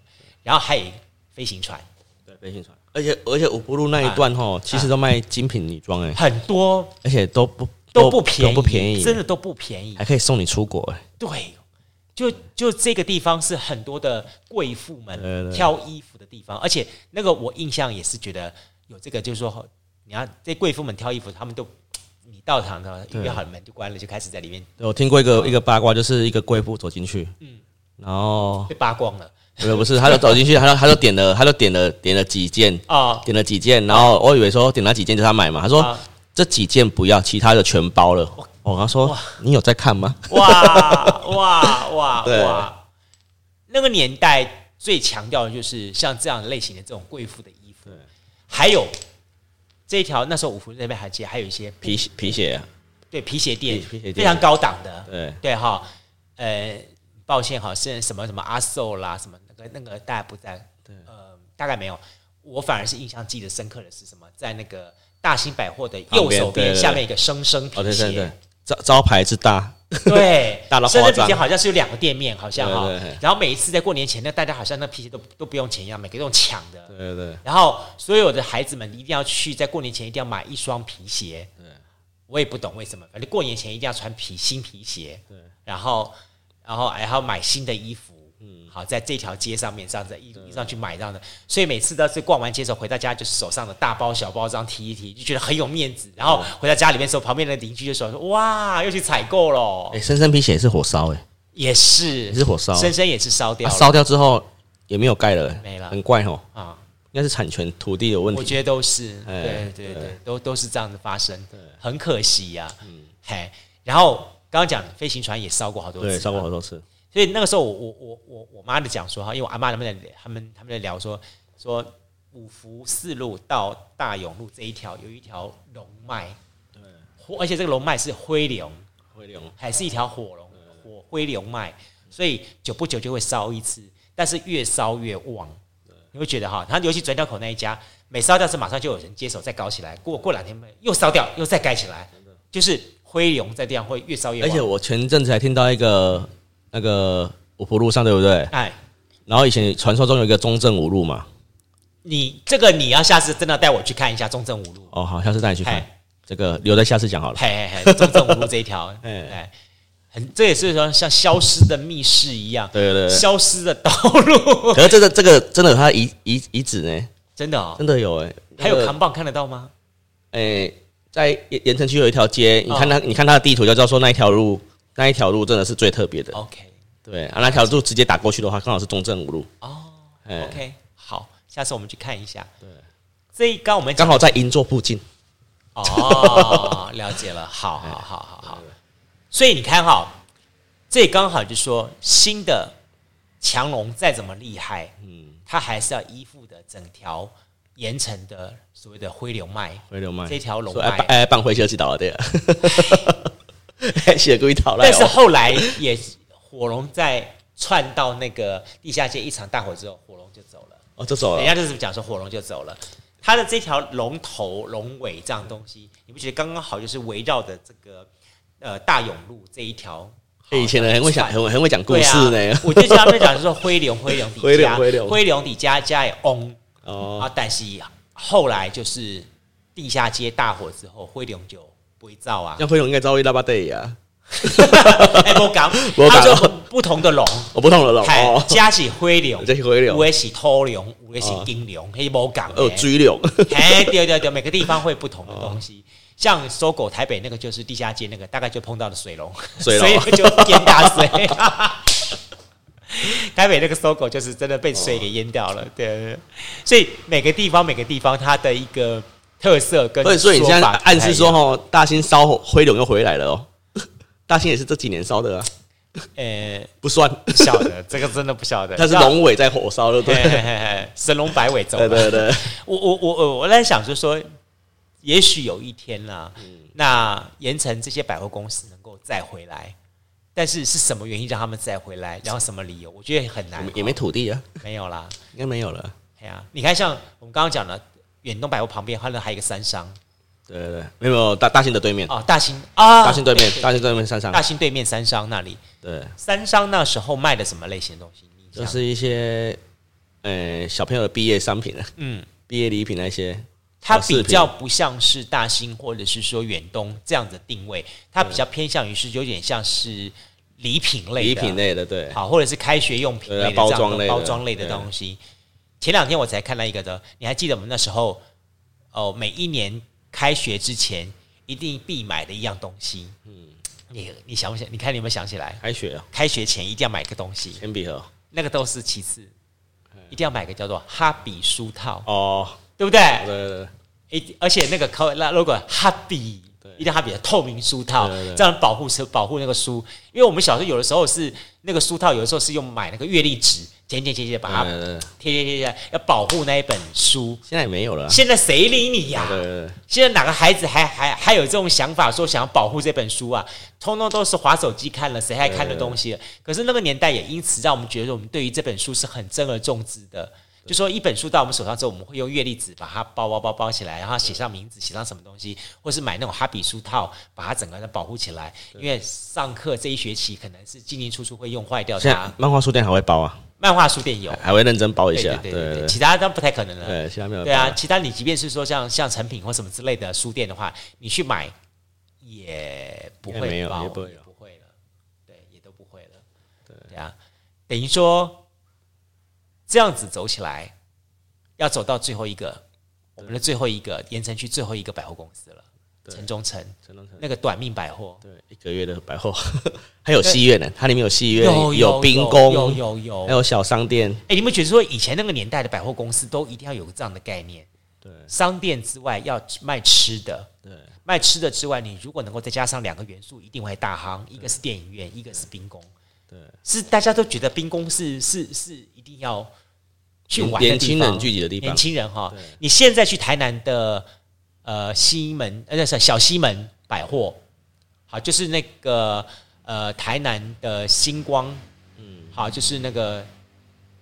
Speaker 1: 然后还有一个飞行船，
Speaker 2: 对，飞行船。啊而且而且五步路那一段吼，其实都卖精品女装哎，
Speaker 1: 很多
Speaker 2: 而且都不
Speaker 1: 都不便宜，
Speaker 2: 都不便宜，
Speaker 1: 真的都不便宜
Speaker 2: 还。可以送你出国哎。
Speaker 1: 对，就就这个地方是很多的贵妇
Speaker 2: 对
Speaker 1: 们
Speaker 2: 对
Speaker 1: 挑衣服的地方，而且那个我印象也是觉得有这个，就是说你要这贵妇们挑衣服，他们都你到场呢，
Speaker 2: 对
Speaker 1: 约好门就关了，就开始在里面
Speaker 2: 对我听过一个一个八卦，就是一个贵妇走进去，然后
Speaker 1: 被扒光了
Speaker 2: 不嗯是不是，他就走进去，他就他就点了，他就点了点了几件，
Speaker 1: 啊
Speaker 2: 哦点了几件，然后我以为说点了几件就他买嘛，他说、
Speaker 1: 啊
Speaker 2: 这几件不要，其他的全包了。哦我跟他说你有在看吗？
Speaker 1: 哇哇哇
Speaker 2: 对
Speaker 1: 哇！那个年代最强调的就是像这样类型的这种贵妇的衣服，还有这一条那时候五福那边还记得还有一些
Speaker 2: 皮鞋皮鞋、啊，
Speaker 1: 对皮鞋店
Speaker 2: 皮皮鞋店
Speaker 1: 非常高档的，
Speaker 2: 对
Speaker 1: 对哈，呃，抱歉哈，是什么什么阿寿啦，什么那个那个大家不在，呃，大概没有。我反而是印象记得深刻的是什么，在那个大兴百货的右手边
Speaker 2: 旁边对对对
Speaker 1: 下面一个生生
Speaker 2: 哦
Speaker 1: 皮
Speaker 2: 对对对
Speaker 1: 鞋，，
Speaker 2: 招招牌之大，
Speaker 1: 对，
Speaker 2: 大到
Speaker 1: 生生
Speaker 2: 夸张
Speaker 1: 皮鞋好像是有两个店面，好像哈
Speaker 2: 对对对。
Speaker 1: 然后每一次在过年前，那大家好像那皮鞋都都不用钱一样，每个都用抢的。
Speaker 2: 对对对，
Speaker 1: 然后所有的孩子们一定要去，在过年前一定要买一双皮鞋。我也不懂为什么，反正过年前一定要穿皮新皮鞋。然后，然后还要买新的衣服。
Speaker 2: 嗯
Speaker 1: 好，在这条街上面这样子一一上去买这样的，所以每次都是逛完街之后回到家，就是手上的大包小包这样提一提，就觉得很有面子。然后回到家里面的时候，旁边的邻居就说：“哇，又去采购了
Speaker 2: 哎、。深深皮鞋也是火烧哎、”
Speaker 1: 也是，也
Speaker 2: 是火烧
Speaker 1: 深深也是烧
Speaker 2: 它
Speaker 1: 掉了
Speaker 2: 烧、掉之后也没有盖了、哎
Speaker 1: 没了
Speaker 2: 很怪哦，
Speaker 1: 啊。
Speaker 2: 应该是产权土地有问
Speaker 1: 我
Speaker 2: 题。
Speaker 1: 觉得都是，
Speaker 2: 哎
Speaker 1: 对对
Speaker 2: 对
Speaker 1: 对，都都是这样子发生，很可惜呀、嗯，嘿，然后刚刚讲飞行船也烧过好多次，
Speaker 2: 对，烧过好多次，
Speaker 1: 所以那个时候我我我我我妈就讲说哈，因为我阿妈他们在他们他们在聊说说五福四路到大勇路这一条有一条龙脉，
Speaker 2: 哎
Speaker 1: 对，而且这个龙脉是灰龙，
Speaker 2: 会用
Speaker 1: 还是一条火龙火灰龙脉，所以久不久就会烧一次，但是越烧越旺。你会觉得哈，它尤其转角口那一家，每烧掉是马上就有人接手再搞起来，过过两天又烧掉又再盖起来，就是灰龙在这样会越烧越
Speaker 2: 而
Speaker 1: 旺。
Speaker 2: 且我前阵子还听到一个那个五湖路上，对不对？
Speaker 1: 哎，
Speaker 2: 然后以前传说中有一个中正五路嘛，
Speaker 1: 你这个你要下次真的带我去看一下中正五路，
Speaker 2: 哦，好，下次带你去看
Speaker 1: 嗨，
Speaker 2: 这个留在下次讲好了。
Speaker 1: 嘿 嘿嘿，中正五路这一条，
Speaker 2: 哎
Speaker 1: 哎，很这也是说像消失的密室一样，
Speaker 2: 对对对，
Speaker 1: 消失的道路，
Speaker 2: 可是这个这个真的有它的遗遗遗址呢，
Speaker 1: 真的哦，
Speaker 2: 真的有哎、那
Speaker 1: 还有
Speaker 2: 个
Speaker 1: 扛棒看得到吗？
Speaker 2: 哎、在盐盐城区有一条
Speaker 1: 哦
Speaker 2: 街，你看它，你看它的地图就知道说那一条路，那一条路真的是最特别的。
Speaker 1: OK，
Speaker 2: 对啊，那条路直接打过去的话，刚好是中正五路。
Speaker 1: 哦
Speaker 2: 哎、
Speaker 1: ，OK，好，下次我们去看一下。对，这一刚我们
Speaker 2: 刚
Speaker 1: 讲
Speaker 2: 好在银座附近。
Speaker 1: 哦，了解 了，好
Speaker 2: 哎
Speaker 1: 好好好好。所以你看哈，这刚好就说新的强龙再怎么厉害，嗯，它还是要依附的整条盐城的所谓的灰流脉。
Speaker 2: 回流脉
Speaker 1: 这条龙脉
Speaker 2: 说哎，哎办回休息岛了，对啊， 写故意岛来
Speaker 1: 但是
Speaker 2: 哦，
Speaker 1: 后来也火龙在窜到那个地下街一场大火之后，火龙就走了。
Speaker 2: 哦，就走
Speaker 1: 人家
Speaker 2: 了，
Speaker 1: 就是讲说火龙就走了。它的这条龙头、龙尾这样东西，你不觉得刚刚好就是围绕着这个呃大勇路这一条。
Speaker 2: 哎以前人很会讲，很很会讲故
Speaker 1: 对
Speaker 2: 事呢
Speaker 1: 啊。、我就叫他们讲说灰龙灰龙
Speaker 2: 灰
Speaker 1: 底
Speaker 2: 龙
Speaker 1: 家
Speaker 2: 灰龙
Speaker 1: 灰龙底家家也翁
Speaker 2: 哦，
Speaker 1: 啊，但是后来就是地下街大火之后，灰龙就不会造啊，
Speaker 2: 像灰龙应该遭遇拉巴啊队呀，
Speaker 1: 哎，不讲，
Speaker 2: 没
Speaker 1: 他
Speaker 2: 讲
Speaker 1: 就不同的龙，
Speaker 2: 我不懂了咯。
Speaker 1: 哎
Speaker 2: 哦，，
Speaker 1: 家是灰龙，
Speaker 2: 这是灰龙
Speaker 1: 有的是土龙，有的是金龙，嘿，无讲
Speaker 2: 哦，
Speaker 1: 的。
Speaker 2: 追龙，
Speaker 1: 哎，对对对，每个地方会不同的东
Speaker 2: 哦
Speaker 1: 西。像搜狗台北那个就是地下街那个，大概就碰到了水龙，
Speaker 2: 水
Speaker 1: 所
Speaker 2: 龙
Speaker 1: 以就淹大水。 台北那个搜狗就是真的被水给淹掉了，对对。对所以每个地方每个地方它的一个特色跟
Speaker 2: 所以所以你现在
Speaker 1: 说法不太
Speaker 2: 暗示
Speaker 1: 一
Speaker 2: 说
Speaker 1: 样，
Speaker 2: 哦，大兴烧火灰龙又回来了哦。 大兴也是这几年烧的啊，
Speaker 1: 呃，
Speaker 2: 不算，
Speaker 1: 不晓得这个真的不晓得，
Speaker 2: 它是龙尾在火烧，对 不
Speaker 1: 嘿，嘿嘿
Speaker 2: 对？
Speaker 1: 嘿神龙摆尾走了
Speaker 2: 对。对对，
Speaker 1: 我我我我我在想，就是说，也许有一天啦、
Speaker 2: 嗯
Speaker 1: 那盐城这些百货公司能够再回来，但是是什么原因让他们再回来，然后什么理由，我觉得很
Speaker 2: 我
Speaker 1: 难哦
Speaker 2: 们，也没土地啊，
Speaker 1: 没有啦。
Speaker 2: 应该没有了。
Speaker 1: 哎呀、你看像我们刚刚讲的远东百货旁边，它那还有一个三商
Speaker 2: 对对对，没有没有大大兴的对面，
Speaker 1: 啊，大兴啊，
Speaker 2: 大兴对面，
Speaker 1: 大
Speaker 2: 大兴对面山上，
Speaker 1: 兴对面三商那里，
Speaker 2: 对，
Speaker 1: 三商那时候卖的什么类型的东西？你
Speaker 2: 就
Speaker 1: 想
Speaker 2: 是一些呃小朋友的毕业商品啊，
Speaker 1: 嗯，
Speaker 2: 毕业礼品那些。
Speaker 1: 它
Speaker 2: 小饰
Speaker 1: 比
Speaker 2: 品
Speaker 1: 较不像是大兴或者是说远东这样子的定位，它比较偏向于是有点像是礼品类的、
Speaker 2: 礼品类的，对，
Speaker 1: 好，或者是开学用品类的
Speaker 2: 对啊包
Speaker 1: 这样
Speaker 2: 装
Speaker 1: 的
Speaker 2: 类的
Speaker 1: 包装类的
Speaker 2: 对
Speaker 1: 东西。前两天我才看到一个的，你还记得我们那时候哦，每一年开学之前一定必买的一样东西，嗯，你你想不想？你看你有没有想起来？
Speaker 2: 开学啊，
Speaker 1: 开学前一定要买个东西，
Speaker 2: 铅笔盒
Speaker 1: 那个都是其次，
Speaker 2: 嗯
Speaker 1: 一定要买个叫做哈比书套，
Speaker 2: 哦，
Speaker 1: 对不对？
Speaker 2: 对对对，
Speaker 1: 一而且那个 co 那 logo 哈比，一定要哈比的透明书套
Speaker 2: 对对，对
Speaker 1: 这样保护是保护那个书，因为我们小时候有的时候是那个书套，有的时候是用买那个月历纸剪剪剪剪把它
Speaker 2: 对对对
Speaker 1: 贴贴贴贴，要保护那一本书。
Speaker 2: 现在也没有了啊，
Speaker 1: 现在谁理你呀、
Speaker 2: 对对对，
Speaker 1: 现在哪个孩子还还还有这种想法，说想要保护这本书啊？通通都是划手机看了，谁还看的东西了？可是那个年代也因此让我们觉得，我们对于这本书是很珍而重之的。就说一本书到我们手上之后，我们会用月历纸把它包包包包起来，然后写上名字，写上什么东西，或是买那种哈比书套，把它整个的保护起来。因为上课这一学期可能是进进出出会用坏掉
Speaker 2: 现
Speaker 1: 它。
Speaker 2: 在漫画书店还会包啊，
Speaker 1: 漫画书店有
Speaker 2: 还，还会认真包一
Speaker 1: 对
Speaker 2: 下
Speaker 1: 对，对
Speaker 2: 对对
Speaker 1: 对对，
Speaker 2: 对
Speaker 1: 其他当然不太可能了。
Speaker 2: 对，现在没有。
Speaker 1: 对啊，，其他你即便是说像像成品或什么之类的书店的话，你去买也不会
Speaker 2: 应该没有
Speaker 1: 包
Speaker 2: 也不会有
Speaker 1: 也不会了，对，也都不会了。对啊，等于说这样子走起来，要走到最后一个，我们的最后一个盐城区最后一个百货公司了，城中城
Speaker 2: 成龙城
Speaker 1: 那个短命百货。
Speaker 2: 对一个月的百货，还有戏院呢，它里面有戏院，
Speaker 1: 有
Speaker 2: 冰
Speaker 1: 有
Speaker 2: 宫，
Speaker 1: 有有
Speaker 2: 还，有小商店，
Speaker 1: 哎、你们觉得说以前那个年代的百货公司都一定要有这样的概念？
Speaker 2: 对
Speaker 1: 商店之外要卖吃的，
Speaker 2: 对
Speaker 1: 卖吃的之外，你如果能够再加上两个元素，一定会大夯，一个是电影院，一个是冰宫。
Speaker 2: 对，
Speaker 1: 是大家都觉得冰宫是是是一定要去玩的地方
Speaker 2: 年轻人聚集的地
Speaker 1: 年
Speaker 2: 方，
Speaker 1: 轻人哈，你现在去台南的呃西门呃那是小西门百货，好就是那个呃台南的星光，嗯，好就是那个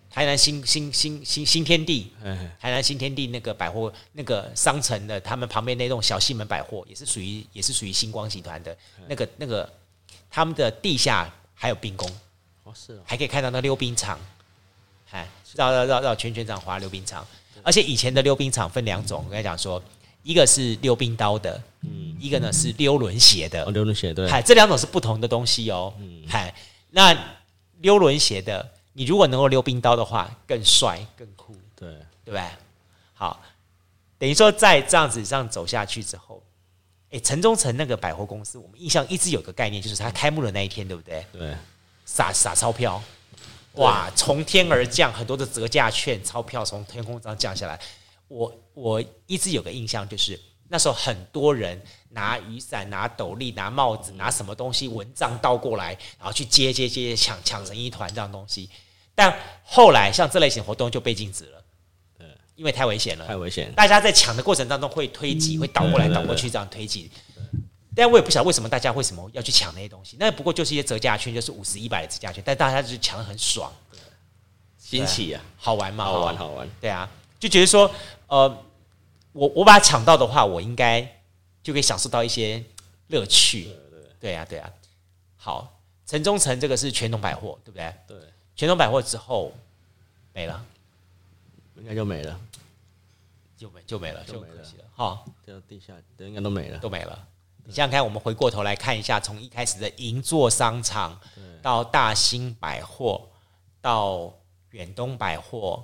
Speaker 1: 台南新新新新新天地，
Speaker 2: 哎，
Speaker 1: 台南新天地那个百货那个商城的，他们旁边那栋小西门百货也是属于也是属于星光集团的那个那个他们的地下还有冰宫，
Speaker 2: 哦是哦，
Speaker 1: 还可以看到那溜冰场，哎，绕绕绕绕圈圈这样滑溜冰场。而且以前的溜冰场分两种，我跟你讲说，一个是溜冰刀的，一个呢是溜轮鞋的哎
Speaker 2: 哦，刘伦雪对，
Speaker 1: 嗨，这两种是不同的东西哦。嗨，那溜轮鞋的，你如果能够溜冰刀的话，更帅更酷。
Speaker 2: 对，
Speaker 1: 对不对？好，等于说在这样子上走下去之后，哎，城中城那个百货公司，我们印象一直有个概念，就是它开幕的那一天，对不对？
Speaker 2: 对，
Speaker 1: 撒撒钞票，哇，从天而降，很多的折价券、钞票从天空上降下来。我我一直有个印象，就是那时候很多人拿雨伞、拿斗笠、拿帽子、拿什么东西蚊帐倒过来，然后去接接接抢抢成一团这样东西。但后来像这类型活动就被禁止了，因为太危险了。
Speaker 2: 太危险，
Speaker 1: 大家在抢的过程当中会推挤，会倒过来
Speaker 2: 嗯对对对
Speaker 1: 倒过去这样推挤。但我也不晓得为什么大家为什么要去抢那些东西，那不过就是一些折价券，就是五十一百的折价券，但大家就是抢的很爽，
Speaker 2: 新奇啊，
Speaker 1: 好玩嘛，
Speaker 2: 好玩好玩，
Speaker 1: 对啊，就觉得说，呃，我我把它抢到的话，我应该就可以享受到一些乐趣，对呀、对呀、啊好，城中城这个是全农百货，对不对？
Speaker 2: 对，
Speaker 1: 全农百货之后没了，
Speaker 2: 应该就没了，
Speaker 1: 就没就没了，就
Speaker 2: 就没
Speaker 1: 可
Speaker 2: 了
Speaker 1: 惜了。好，
Speaker 2: 就地下应该都没了。
Speaker 1: 都没了。你想想看，我们回过头来看一下，从一开始的银座商场，到大兴百货，到远东百货，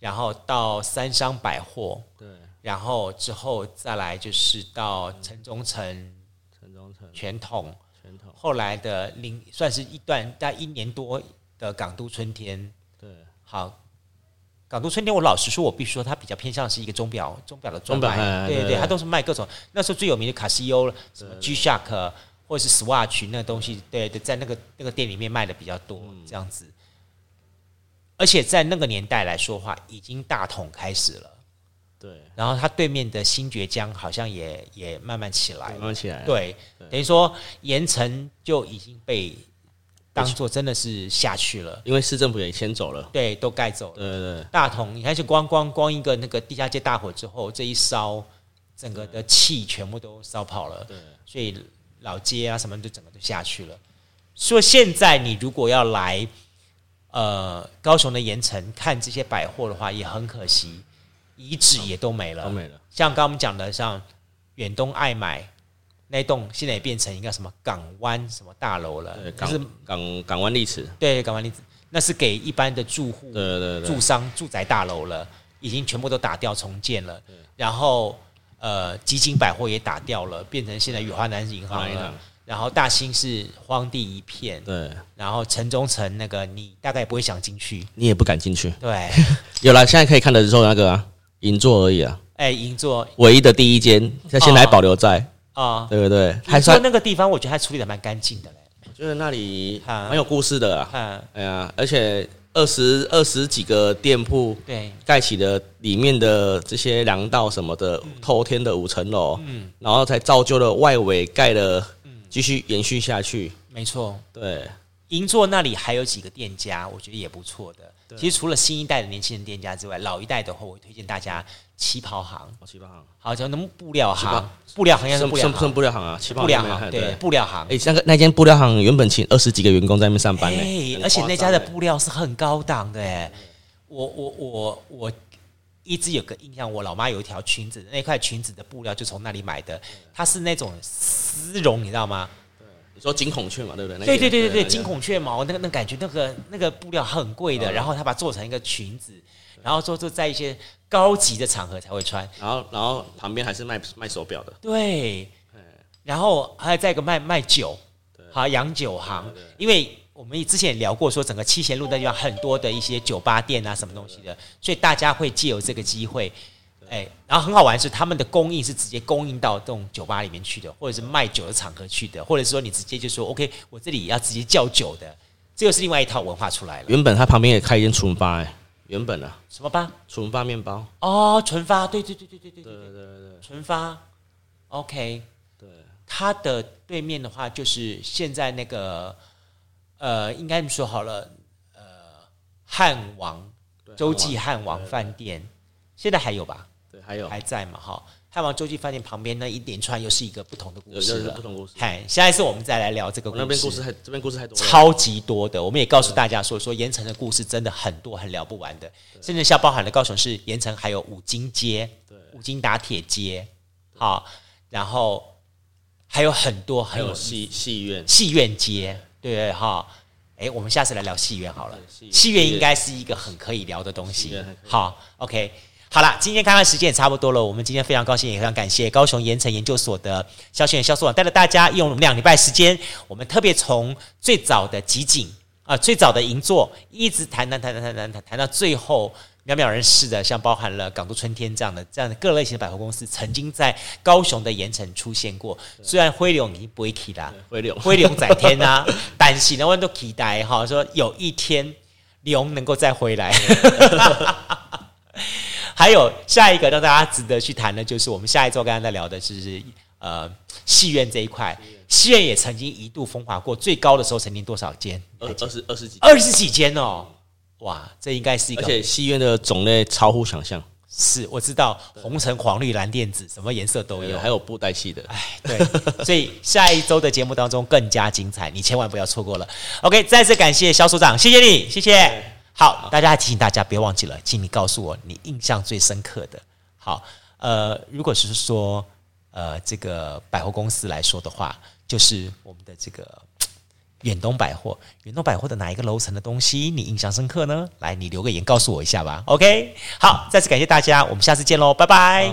Speaker 1: 然后到三商百货，
Speaker 2: 对，
Speaker 1: 然后之后再来就是到城中城、
Speaker 2: 城中城
Speaker 1: 全统，
Speaker 2: 拳头，
Speaker 1: 后来的零算是一段大概一年多的港都春天。
Speaker 2: 对，
Speaker 1: 好，港都春天，我老实说，我必须说它比较偏向是一个钟表钟表的专
Speaker 2: 钟表
Speaker 1: 卖，
Speaker 2: 哎
Speaker 1: 对对
Speaker 2: 对
Speaker 1: 对，它都是卖各种。那时候最有名的卡西欧了，什么
Speaker 2: 对
Speaker 1: G Shock 啊或者是 Swatch 那个东西，对对，在那个那个店里面卖的比较多，
Speaker 2: 嗯
Speaker 1: 这样子。而且在那个年代来说话，已经大统开始了。
Speaker 2: 哎对，
Speaker 1: 然后它对面的新觉江好像也也慢慢起来
Speaker 2: 慢
Speaker 1: 了，
Speaker 2: 慢起来了。
Speaker 1: 哎对，等于说盐城就已经被当做真的是下去了，
Speaker 2: 因为市政府也迁走了。
Speaker 1: 对，都盖走了。
Speaker 2: 对对
Speaker 1: 大同，你看，就光光光一个那个地下街大火之后，这一烧，整个的气全部都烧跑了，
Speaker 2: 对，
Speaker 1: 所以老街啊什么就整个都下去了。所以现在你如果要来，呃，高雄的盐城看这些百货的话，也很可惜，遗址也都没了，
Speaker 2: 都没了。
Speaker 1: 像刚刚我们讲的，像远东爱买那栋，现在也变成一个什么港湾什么大楼了
Speaker 2: 对，，
Speaker 1: 就是
Speaker 2: 港港港湾历史。
Speaker 1: 对港湾例子，那是给一般的住户
Speaker 2: 对对对
Speaker 1: 住商住宅大楼了，已经全部都打掉重建了，然后呃基金百货也打掉了，变成现在雨华南银
Speaker 2: 华南
Speaker 1: 行
Speaker 2: 银
Speaker 1: 了
Speaker 2: 行，
Speaker 1: 然后大兴是荒地一片，
Speaker 2: 对，
Speaker 1: 然后城中城那个你大概也不会想进去，
Speaker 2: 你也不敢进去。
Speaker 1: 对，
Speaker 2: 有了，现在可以看得出那个啊，银座而已啊，
Speaker 1: 哎银座
Speaker 2: 唯一的第一间，它现在还保留在，
Speaker 1: 啊，
Speaker 2: 对不对？还
Speaker 1: 银座
Speaker 2: 算，
Speaker 1: 那个地方我觉得还处理的蛮干净的嘞，
Speaker 2: 我觉得那里
Speaker 1: 啊
Speaker 2: 蛮有故事的啊。
Speaker 1: 嗯，
Speaker 2: 哎呀，而且二十二十几个店铺
Speaker 1: 对，
Speaker 2: 盖起的里面的这些廊道什么的，
Speaker 1: 嗯
Speaker 2: 透天的五层楼，嗯，然后才造就了外围盖了，
Speaker 1: 嗯
Speaker 2: 继续延续下去。
Speaker 1: 没错，
Speaker 2: 对，
Speaker 1: 银座那里还有几个店家，我觉得也不错的。其实除了新一代的年轻人店家之外，老一代的话，我会推荐大家旗袍行，
Speaker 2: 哦，旗袍行，
Speaker 1: 好叫什么布料
Speaker 2: 旗
Speaker 1: 行
Speaker 2: 袍，
Speaker 1: 布料行应该是
Speaker 2: 剩
Speaker 1: 布料
Speaker 2: 剩剩
Speaker 1: 行，
Speaker 2: 布料行啊，旗袍
Speaker 1: 布料
Speaker 2: 没有
Speaker 1: 行
Speaker 2: 看
Speaker 1: 对布料行。
Speaker 2: 哎，那个那间布料行原本请二十几个员工在那边上班呢、
Speaker 1: 哎
Speaker 2: 很，
Speaker 1: 而且
Speaker 2: 夸
Speaker 1: 那
Speaker 2: 张
Speaker 1: 家的
Speaker 2: 欸
Speaker 1: 布料是很高档的哎，我我我我一直有个印象，我老妈有一条裙子，那块裙子的布料就从那里买的，它是那种丝绒，你知道吗？
Speaker 2: 你说金孔雀嘛，对不对？那
Speaker 1: 对对
Speaker 2: 间
Speaker 1: 对对对，
Speaker 2: 那间
Speaker 1: 金孔雀毛那个那个感觉，那个那个布料很贵的，
Speaker 2: 嗯
Speaker 1: 然后他把它做成一个裙子，然后做做在一些高级的场合才会穿。
Speaker 2: 然后然后旁边还是卖卖手表的，
Speaker 1: 对，然后还有再一个卖卖酒，好洋酒行，因为我们之前也聊过，说整个七贤路那地方很多的一些酒吧店啊，什么东西的，所以大家会借由这个机会。哎，然后很好玩是他们的供应是直接供应到这种酒吧里面去的，或者是卖酒的场合去的，或者是说你直接就说 OK，我这里要直接叫酒的，这又是另外一套文化出来了。
Speaker 2: 原本他旁边也开一间纯发、哎，原本啊，
Speaker 1: 什么吧？
Speaker 2: 纯发面包。
Speaker 1: 哦，纯发，对对对对对对对
Speaker 2: 对对对
Speaker 1: 纯发，OK，
Speaker 2: 对，
Speaker 1: 它的对面的话就是现在那个，呃，应该这么说好了，呃，汉王洲际汉王饭店，现在还有吧？
Speaker 2: 对，还有
Speaker 1: 还在嘛？哈，汉王洲际饭店旁边那一连串又是一个不同的故
Speaker 2: 有
Speaker 1: 事
Speaker 2: 有
Speaker 1: 了
Speaker 2: 不。同故事，
Speaker 1: 嗨，下一次我们再来聊这个
Speaker 2: 我那
Speaker 1: 故
Speaker 2: 边故
Speaker 1: 事
Speaker 2: 事。还这边故事还多了，
Speaker 1: 超级多的。我们也告诉大家说，说盐城的故事真的很多，很聊不完的，甚至像包含了高雄市盐城还有五金街、五金打铁街，好，然后还有很多
Speaker 2: 还
Speaker 1: 很有
Speaker 2: 有戏戏院，
Speaker 1: 戏院街，对哈。哎，我们下次来聊戏院好了
Speaker 2: 对戏。院
Speaker 1: 戏院应该是一个很可以聊的东
Speaker 2: 戏
Speaker 1: 西
Speaker 2: 院还可。以
Speaker 1: 好，OK，好了，今天看看时间也差不多了。我们今天非常高兴，也非常感谢高雄盐城研究所的肖轩肖所长带着大家用我们两礼拜时间，我们特别从最早的集锦啊、最早的银座，一直谈谈谈谈谈谈谈谈到最后。渺渺人似的，像包含了港都春天这样的这样的各类型的百货公司，曾经在高雄的盐城出现过。虽然灰流已经不会起啦，
Speaker 2: 会柳，
Speaker 1: 灰龙在天啊，但是呢，我们都期待哈，说有一天龙能够再回来。 还有下一个让大家值得去谈的，就是我们下一周跟大家聊的是呃戏院这一块，戏院也曾经一度风华过，最高的时候曾经多少间？
Speaker 2: 二二十二十几，
Speaker 1: 二十几间哦，哇，这应该是一
Speaker 2: 而
Speaker 1: 个
Speaker 2: 且戏院的种类超乎想象，
Speaker 1: 是我知道红橙黄绿蓝靛紫，什么颜色都有
Speaker 2: 有，。还有布袋戏的。
Speaker 1: 哎，对，所以下一周的节目当中更加精彩，你千万不要错过了。OK，再次感谢肖所长，谢谢你，谢谢。好，大家还提醒大家别忘记了，请你告诉我你印象最深刻的。好，呃，如果是说呃这个百货公司来说的话，就是我们的这个嘖远东百货，远东百货的哪一个楼层的东西你印象深刻呢？来，你留个言告诉我一下吧。OK，好，再次感谢大家，我们下次见喽，拜拜。